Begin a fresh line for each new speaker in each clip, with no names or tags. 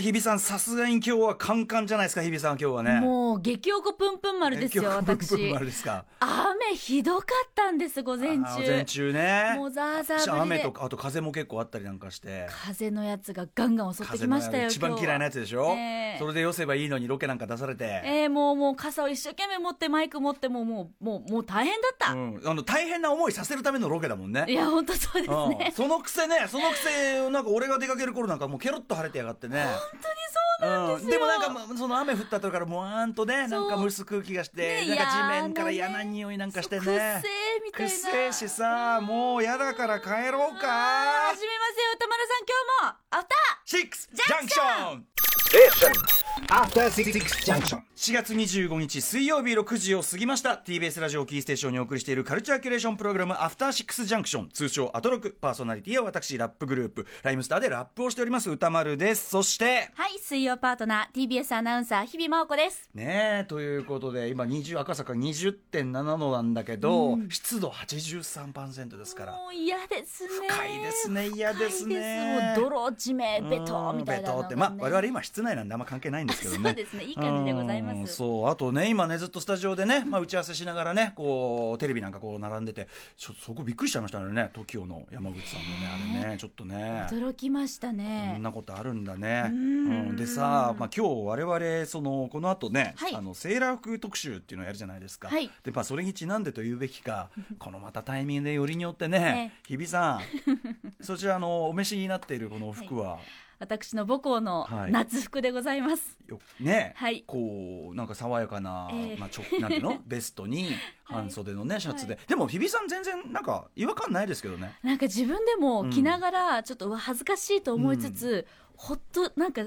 日比さん、さすがに今日はカンカンじゃないですか、日比さん、今日はね。
もう激おこぷんぷん丸ですよ、
今日
私。
ブンブン丸ですか。
雨ひどかったんです、午前
あ
中。
ー午前中ね。
もうザーザー降りで
雨とか、あと風も結構あったりなんかして。
風のやつがガンガン襲ってきましたよ、
一番嫌いなやつでしょ、
ええ
それでよせばいいのにロケなんか出されて。
ええもうもう傘を一生懸命持ってマイク持ってもうもうもうもう大変だった、
うん、あの大変な思いさせるためのロケだもんね。
いや本当そうですね、
う
本
ん
当に
そのくせね、そのくせ、なんか俺が出かける頃なんかもうケロッと晴れてやがってね。
そうなんで
う
す
ん
よ、
でもなんかまあその雨降ったとからもわーんとねな
そ
ん
う
か蒸す空気がして、
ね
なんか地面から
嫌
嫌
なね
な匂いなんかしてね
そうくっせえみたいな
くっせえしさもう嫌だから帰ろう
あ
か
ー始めますよ歌丸さん今日もアフター
シックスジ
ジ
ャ
ャ
ンク
ンク
シ
シ
ョ
ョ
ン
アフターシックスジャンクション
4月25日水曜日6時を過ぎました TBS ラジオキーステーションにお送りしているカルチャーキュレーションプログラムアフターシックスジャンクション通称アトロクパーソナリティは私ラップグループライムスターでラップをしております歌丸ですそして
はい水曜パートナー TBS アナウンサー日々真央子です
ねえということで今20赤坂20.7度なんだけど、湿度83%ですから
もう嫌ですね
深いですね嫌ですね
深いですもう泥地名ベト
うん
みたいな
ベ
の
ト
が
ってまあ
ね
我々今室内なんであんま関係ないんですけどね
そうですねいい感じでございます
うんそうあとね今ねずっとスタジオでね、まあ、打ち合わせしながらねこうテレビなんかこう並んでてちょっとそこびっくりしちゃいましたね TOKIO の山口さんのねあれねちょっとね
驚きました
こ
ね
んなことあるんだね。うんんでさ、まあ、今日我々そのこの後ね、
はい
あのセーラー服特集っていうのをやるじゃないですか。
はい
でまあそれにちなんでと言うべき かこのまたタイミングでよりによってね、日比さんそちらあのお召しになっているこの服は、
私の母校の
はい
夏服でございます、
よね、
はい
こうなんか爽やかな、
ええ
まあちょ なんていうのベストに半袖のねシャツで、でも日比さん全然なんか違和感ないですけどね。
なんか自分で
う
も
ん
着ながらちょっとうわ恥ずかしいと思いつつ、ほっとなんか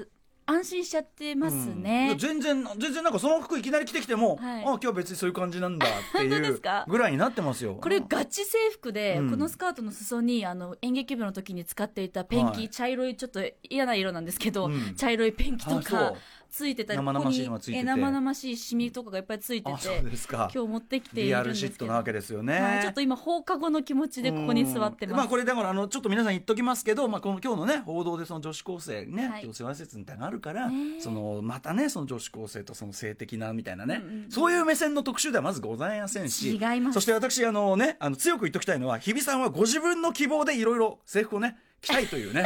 安心しちゃってます
い
ね
や、全然全然なんかその服いきなり着てきても、
は
あ
い
今日は別にそういう感じなんだって
本当
い
で
う
すか
ぐらいになってますよ。
これガチ制服で、
うん
このスカートの裾にあの演劇部の時に使っていたペンキ、
はい
茶色いちょっと嫌な色なんですけ
う
ど、
ん
茶色いペンキと
あそ
か
う
ついてたり
生々しいのがついてて
ここにえ生々しいシミとかがいっぱいついて
あ
て
そうですか。
今日持ってきてい
リ
る
ア
んで
ル
す
シ
け
ッ
ど
トなわけですよね。
はい、ちょっと今放課後の気持ちでここに座って
うん
ます、
あこれだからあのちょっと皆さん言っときますけど、まあこの今日のね報道でその女子高生ね、
はい
今日世話説みたいなのあるから、
ねえ
そのまたねその女子高生とその性的なみたいなね、
うんうん
そういう目線の特集ではまずございませんし、
違います
そして私あのねあの強く言っときたいのは日比さんはご自分の希望でいろいろ制服をね着たいという ね。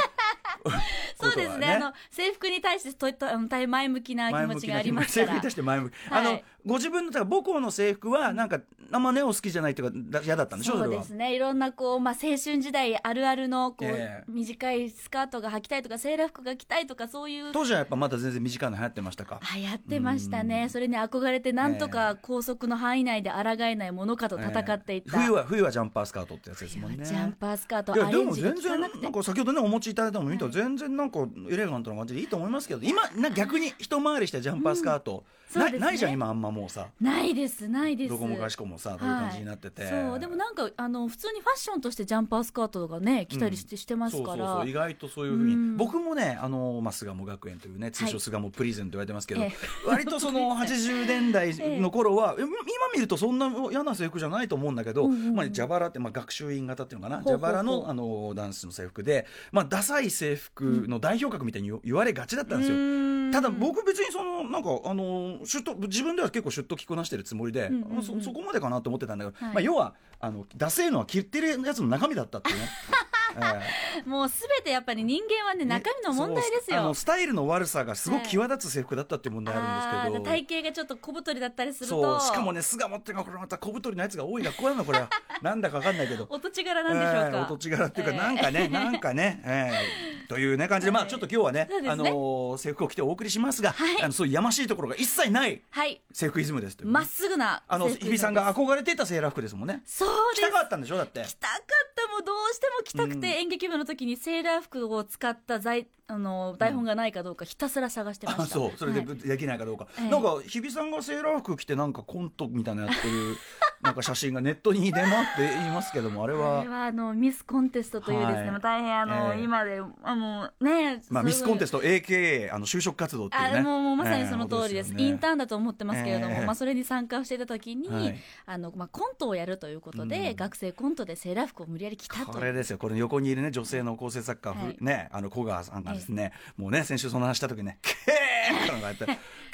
そう
こ
です
とは
ねあの制服に対してととあの大前向きな気持ちがあります
制
か
服に
ら
対して前向き、
は い
あのご自分のだから母校の制服はなんかあんまねお好きじゃないというかだ嫌だったんでしょ
そう
れ
で
は
すねいろんなこう、まあ、青春時代あるあるのこう、
ええ
短いスカートが履きたいとかセーラー服が着たいとかそういう
当時はやっぱまだ全然短いの流行ってましたか
流行ってましたねそれに憧れてなんとか拘束の範囲内で抗えないものかと戦っていった、
ええ冬は冬はジャンパースカートってやつですもんね
ジャンパースカート
いや
ア
で
レン
も
ジが
全
効
然
か
な
なくて
んか先ほどねお持ちいただいたのも見たら全然なんかエレガントな感じでいいと思いますけど今な逆に一回りしたジャンパースカート、
うんそう
な
ですね
ないじゃん今あんまもうさ
ないですないです
どこもかしこもさどういう感じになってて、
はいそうでもなんかあの普通にファッションとしてジャンパースカートがね着たりして,、してますから
そうそうそう意外とそういうふうに、
うん
僕もねあの、まあ、巣鴨学園というね通
は
称
い
巣鴨プリズンと言われてますけど、
ええ
割とその80年代の頃は、え今見るとそんな嫌な制服じゃないと思うんだけど、
うんうんうん
まあ、蛇腹って、まあ、学習院型っていうのかな
ほうほうほう
蛇腹のあのダンスの制服で、まあ、ダサい制服の代表格みたいに言言われがちだったんですよ。ただ僕別にそのなんかあのシュッと自分では結構シュッと着こなしてるつもりで、
うんうんうん
あそそこまでかなと思ってたんだけど、
はい
まあ、要はあのダセえのは着てるやつの中身だったって いうね。ええ
もうすべてやっぱり人間はね中身の問題です
そうあ
よ
のスタイルの悪さがすごく際立つ制服だったっていう問題あ
あ
るんですけ
ー
ど、
体型がちょっと小太りだったりする
そ
と
うしかもね巣鴨っていうのはこれまた小太りのやつが多い学校なのこれは なんだかわかんないけど。
お土地柄なんでしょうか、
えーお土地柄っていうか、
えー
なんかね、なんかね、えーというね、感じで、まあ、ちょっと今日はね、
そうですね
あのー制服を着てお送りしますが、
はい
あの、そういうやましいところが一切ない
はい
制服イズムですというね
まっすぐな
あの、
制服
日比さんが憧れていたセーラー服ですもんね。
そう
着
です
たかったんでしょだって
着。たかったもうどうしても着たくて、
うん
演劇部の時にセーラー服を使った在あの台本がないかどうかひたすら探してました、
あそうそれで
はい
できないかどうか、
ええ
なんか日比さんがセーラー服着てなんかコントみたいなのやってるなんか写真がネットに出回っていますけどもあれ
こ
は
れはあのミスコンテストというですね、
はい
まあ大変あの、
ええ
今であのね、
まあ、ミスコンテ
ス
スト AKA あの就職活動っていう
あ
ね
もうもうまさにその通りです,、インタ
ー
ーンだと思ってますけれども、
ええ
まあ、それに参加していた時に、
はい
あのまあ、コントをやるということで、
うん
学生コントでセーラー服を無理やり着たと
これですよこの横にいるね女性の構成作家、ふ
はい
ねあの小川さんがですね、もうね先週その話した時ね「けー!」とかやって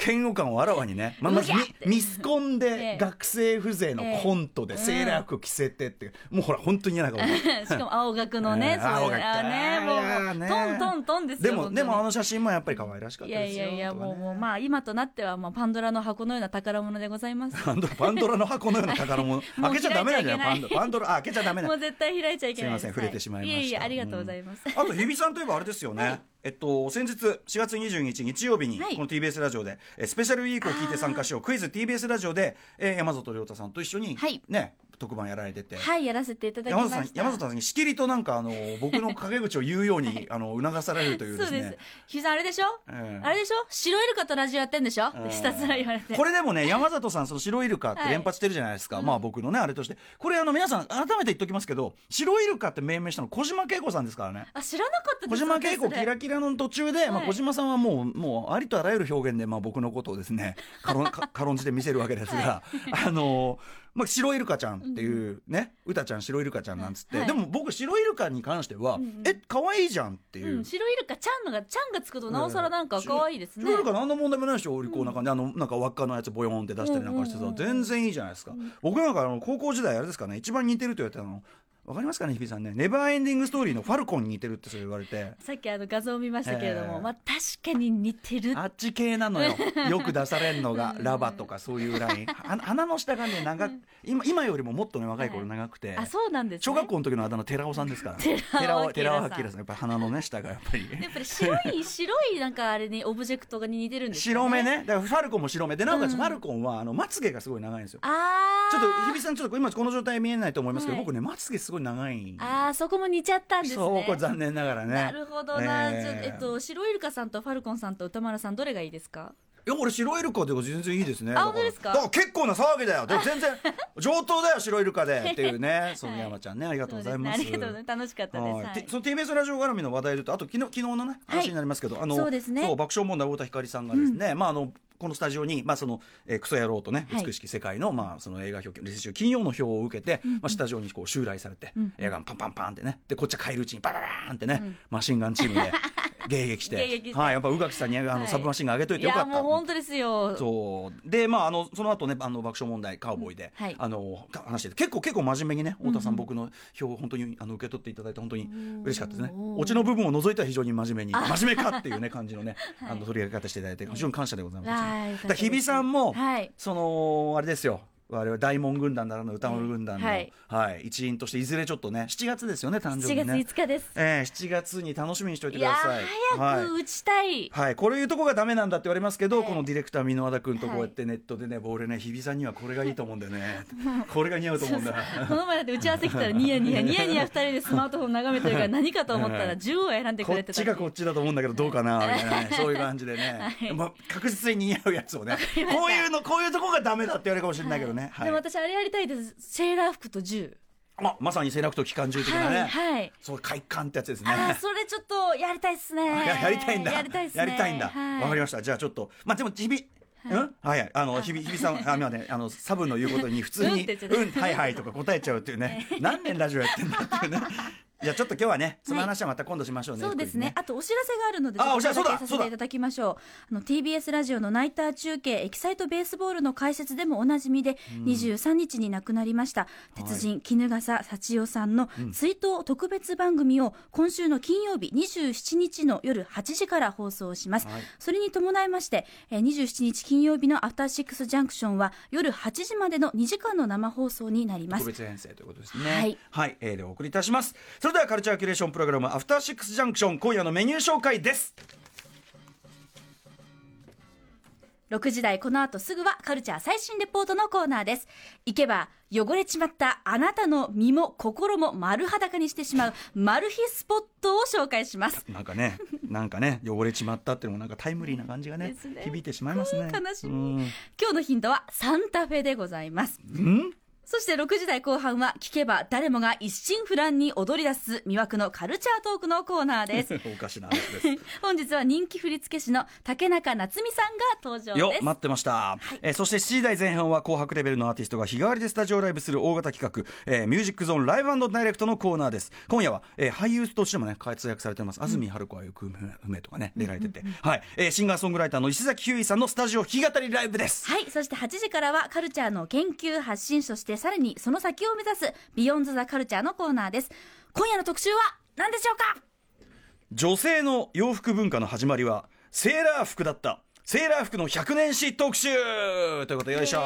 嫌悪感をあらわにね、まあ、まず
う
ミ
ぎゃって
ミスコン
え
で
え
学生風情のコントでセーラー服着せてって、もうほら本当に嫌な顔
しかも青学の
ええ
ね、そう
青学
あねもう
いやーね
トントントンですよ
でも
本当に
でもあの写真もやっぱり可愛らしかっ
い
た
や
で
い
すよ
やいや、
とかね
もうもうまあ今となってはまあパンドラの箱のような宝物でござ います。
パンドラパンドラの箱のような宝物開けちゃダメなんじゃない
開い
パンド
ちゃいけない
パンドラあ開けちゃダメな
も
の
う絶対開いちゃいけないです。
すいません触れてしまいました
はいえいえ、ありがとうございます。
あと日比さんといえばあれですよね、えっと、先日4月22日日曜日に
はい
この TBS ラジオで、えスペシャルウィークを聞いて参加しようクイズ TBS ラジオで、えー山里亮太さんと一緒に、
はい
ね、特番やられてて、
はい、やらせていただきま
山
し
里
た。
さん山里さんにしきりとなんかあの僕の陰口を言うように、あの促されるというで
そう
す
です
ね。
ひさんあれでしょ
ええ
あれでしょ白イルカとラジオやってんでしょ
うん
ひたすら言われて。
これでもね山里さんその白イルカって
はい
連発してるじゃないですか、まあ僕のねあれとしてこれあの皆さん改めて言っときますけど白イルカって命名したの小島慶子さんですからね
あ、知らなかったで
小
す
島慶子キラ
キ
キラの途中で、まあ、
はい
小島さんはもうもうありとあらゆる表現で、まあ、僕のことをですね軽んか軽んじて見せるわけですが、あのまあ、白イルカちゃんっていうね、うたちゃん白イルカちゃんなんつって、
はい
でも僕白イルカに関しては、
うんうん
え可愛いじゃんっていう。
うん、白イルカ、ちゃんのが、ちゃんがつくとなおさらなんか可愛いですね。
白イルカ何の問題もないでしょ、お利口な感じ、あの、なんか輪っかのやつボヨーンって出したりなんかしてたら、
うんうんう
全
ん
然いいじゃないですか。僕なんかあの、高校時代あれですかね、一番似てると言われたの、わかりますかね、日比さんね。ネバーエンディングストーリーのファルコンに似てるってそれ言われて。
さっきあの画像を見ましたけれど
え
も、
え
まあ確かに似てる。
あっち系なの よ。よく出されんのが、ラバとかそういうライン。あ鼻の下がね、長く、今、今よりももっとね、若い頃長くて。
あ、そうなんですね。
小学校の時のあだ名、寺尾さんですから。
寺尾明さん
寺尾明さん。やっぱり鼻のね、下がやっぱり。
やっぱり白 い、白いなんかあれに、オブジェクトに似てるんですよ
白目。ね。だからファルコンも白目で、なおかつ
うん
ファルコンは、あの、まつげがすごい長いんですよ。
あ
ちょ
ー。
っと、日比さん、ちょっと今この状態見えないと思いますけど、
はい
僕ね、まつげすごい長い。
あー、そこも似ちゃったんですね。
そう、これ残念ながらね。
なるほどな、
ええ
ちょえっと白イルカさんとファルコンさんと歌丸さんどれがいいですか
いや俺白イルカでも全然いいですね
あ
だら
本当ですか
だら結構な騒ぎだよでも全 然上等だよ白イルカでっていうねその
はい
山ちゃんねありがとうございま
そ
す
うでねありがとうございます楽しかったです、
はい
はい
てその TBS ラジオ絡みの話題で言うとあと昨日昨日のね
はい
話になりますけど、あの
そうですね
爆笑問題太田光さんがですね、まああのこのスタジオに、まあ、その、えークソ野郎とね、
はい
美しき世界の、まあ、その映画表、先週金曜の表を受けて、まあ、スタジオにこう襲来されて、
ん
映画がパンパンパンってね、で、こっちは帰るうちにバラバラーンってね、マシンガンチーム で迎撃して、
迎撃して
はい、やっぱ宇垣さんにあの、
はい
サブマシンガン上げとい
い
てよか
や
った。
もう本当ですよ
そうでまああのその後ねあの爆笑問題カウボーイで、
はい
あのか話してて結構結構真面目にね太田さん、僕の票を本当にあの受け取っていただいて本当に嬉しかったですね
おー
オチの部分を除いては非常に真面目に真面目かっていうね感じの ね、あの取り上げ方していただいて非常に感謝でございます、
はい
だから日比さんも、
はい
そのあれですよ我々大門軍団ならぬ歌丸軍団の、
は
はいい一員としていずれちょっとね7月ですよね誕生
7
日ね
月5日です、
えー、7月に楽しみにしておいて
い
く
や
ださい
ー早く打ちたい、
はい、こういうとこがダメなんだって言われますけど、
はい
このディレクター箕輪田君と
はい
こうやってネットでね、俺ね日比さんにはこれがいいと思うんだよ ね、これが似合うと思うんだ
この前だって打ち合わせ来たらニヤニヤニヤニヤ二人でスマートフォン眺めてるから何かと思ったら10を選んでく
こっ
れてた
ちがこっちだと思うんだけどどうかなみたいなねそういう感じでね、
はい
まあ、確実に似合うやつ をね
りました
こういうのこういうとこがダメだって言われるかもしれないけどね、はい
でも私あれやりたいですセーラー服と銃
まあ、まさにセラクト期間中的な
は
ね、
いはい
そう快感ってやつですね
あーそれちょっとやりたいっすね
やりたいんだ。
やりたいっすね
やりたいんだ。わ、
はい
かりました。じゃあちょっと、まあでも日々。うん、はいはい、あの、日々、日々さん、あ、今ね、あの、サブの言うことに普通
うんっ
に、
て言っちゃった
うん、はいはいとか答えちゃうっていうね。 何年ラジオやってんだっていうね。じゃあちょっと今日はね、その話はまた今度しましょうね。
そうです
ゆっ
ね
く。
あとお知らせがあるので、
あ
ちょっと
お知らせ
お届け
そうだ
させていただきましょう。あの TBS ラジオのナイター中継エキサイトベースボールの解説でもおなじみで、23日に亡くなりました鉄人衣笠幸代さんの追悼特別番組を今週の金曜日27日の夜8時から放送します。
はい
それに伴いまして、えー27日金曜日のアフターシックスジャンクションは夜8時までの2時間の生放送になりま
特
す。
別編成ということですね。
は
はいい、えーでお送りいたします。それではカルチャーキュレーションプログラムアフターシックスジャンクション今夜のメニュー紹介です。
6時台この後すぐはカルチャー最新レポートのコーナーです行けば汚れちまったあなたの身も心も丸裸にしてしまうマル秘スポットを紹介します
なんかね、なんかね、汚れちまったっていうのもなんかタイムリーな感じがね
ですね
響いてしまいますね。
うん悲しみ
うん
今日のヒントはサンタフェでございます
うん
そして6時台後半は聞けば誰もが一心不乱に踊り出す魅惑のカルチャートークのコー ナーです。
おかしな話です。
本日は人気振付師の竹中夏美さんが登場
よ
です。
待ってました、えーそして7時台前半は紅白レベルのアーティストが日替わりでスタジオライブする大型企画、えーミュージックゾーンライブダイレクトのコーナーです今夜は、えー俳優としてもね活躍されてます安住春子はよく梅とかね出られてて、はい、えーシンガーソングライターの石崎ひゅーいさんのスタジオ日語りライブです
はい。そして8時からはカルチャーの研究発信、そしてさらにその先を目指すビヨンズ・ザ・カルチャーのコーナーです。今夜の特集は何でしょうか
女性の洋服文化の始まりはセーラー服だったセーラー服の100年史特集ということでよいしょ
イエ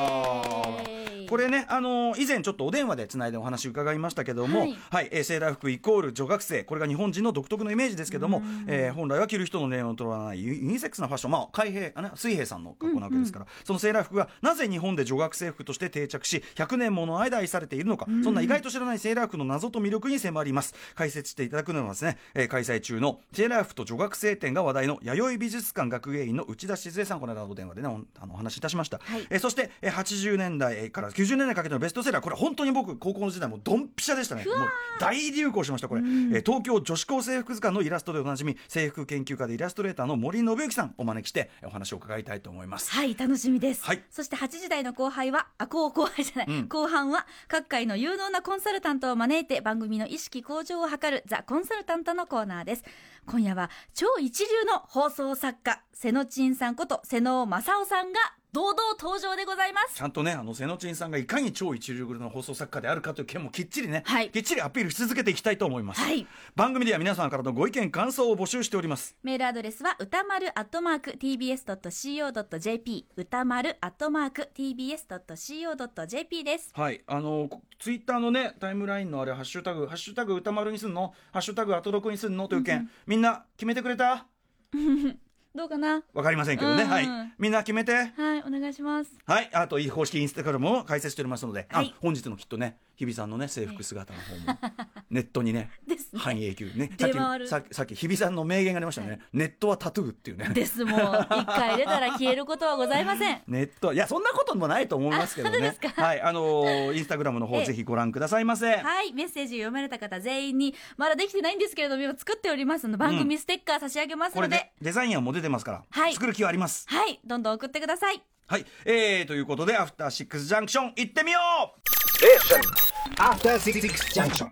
ーイ
これね、あのー以前ちょっとお電話でつないでお話伺いましたけども、は
はいい
えーセーラー服イコール女学生これが日本人の独特のイメージですけども、えー本来は着る人の例を取らないユユニセックスなファッション、まあ、開閉あね水平さんの格好なわけですから、そのセーラー服がなぜ日本で女学生服として定着し100年もの間愛されているのか、そんな意外と知らないセーラー服の謎と魅力に迫ります解説していただくのはですね、えー開催中のセーラー服と女学生展が話題の弥生美術館学芸員の内田静江さんこの間お電話でねおあのお話しいたしました、
はい
えーそしてえー80年代から90年代にかけてのベストセラーこれ本当に僕高校の時代もドンピシャでしたねもう大流行しましたこれ、えー東京女子高生服図鑑のイラストでおなじみ制服研究家でイラストレーターの森信之さんお招きしてえーお話を伺いたいと思います
はい、楽しみです。
はい
そして8時台の後輩は、あ、後後輩じゃない、後半は、各界の有能なコンサルタントを招いて番組の意識向上を図るザ・コンサルタントのコーナーです。今夜は、超一流の放送作家、瀬野陳さんこと瀬野正夫さんが堂々登場でございます。
ちゃんとねあの瀬野陳さんがいかに超一流の放送作家であるかという件もきっちりね、
はい
きっちりアピールし続けていきたいと思います、
はい
番組では皆さんからのご意見感想を募集しております
メールアドレスは歌丸アットマーク tbs.co.jp 歌丸アットマーク tbs.co.jp です。
はい、あのこツイッターのねタイムラインのあれハッシュタグハッシュタグ歌丸にすんのハッシュタグアトロクにすんのという件、みんな決めてくれた
どうかな
わかりませんけどね、
うん
はいみんな決めて
はい、お願いします。
はいあといい公式インスタグラムも開設しておりますので、あ
はい
本日のきっとね日比さんのね制服姿の方もネットにね
ですね
半永久ね
出回る
さっきささっき日比さんの名言がありましたね、ネットはタトゥーっていうね
ですもう一回出たら消えることはございません
ネットいやそんなこともないと思いますけどねはいあの ーインスタグラムの方
ええ
ぜひご覧くださいませ、
はいメッセージ読まれた方全員にまだできてないんですけれども今作っておりますので番組ステッカー差し上げます
こ
の
れ
で、
でデザインはもう出てますから、
はい
作る気はあります
はいどんどん送ってください
はい、えー、ということで、アフターシックスジャンクション、行ってみよう
After Six Junction.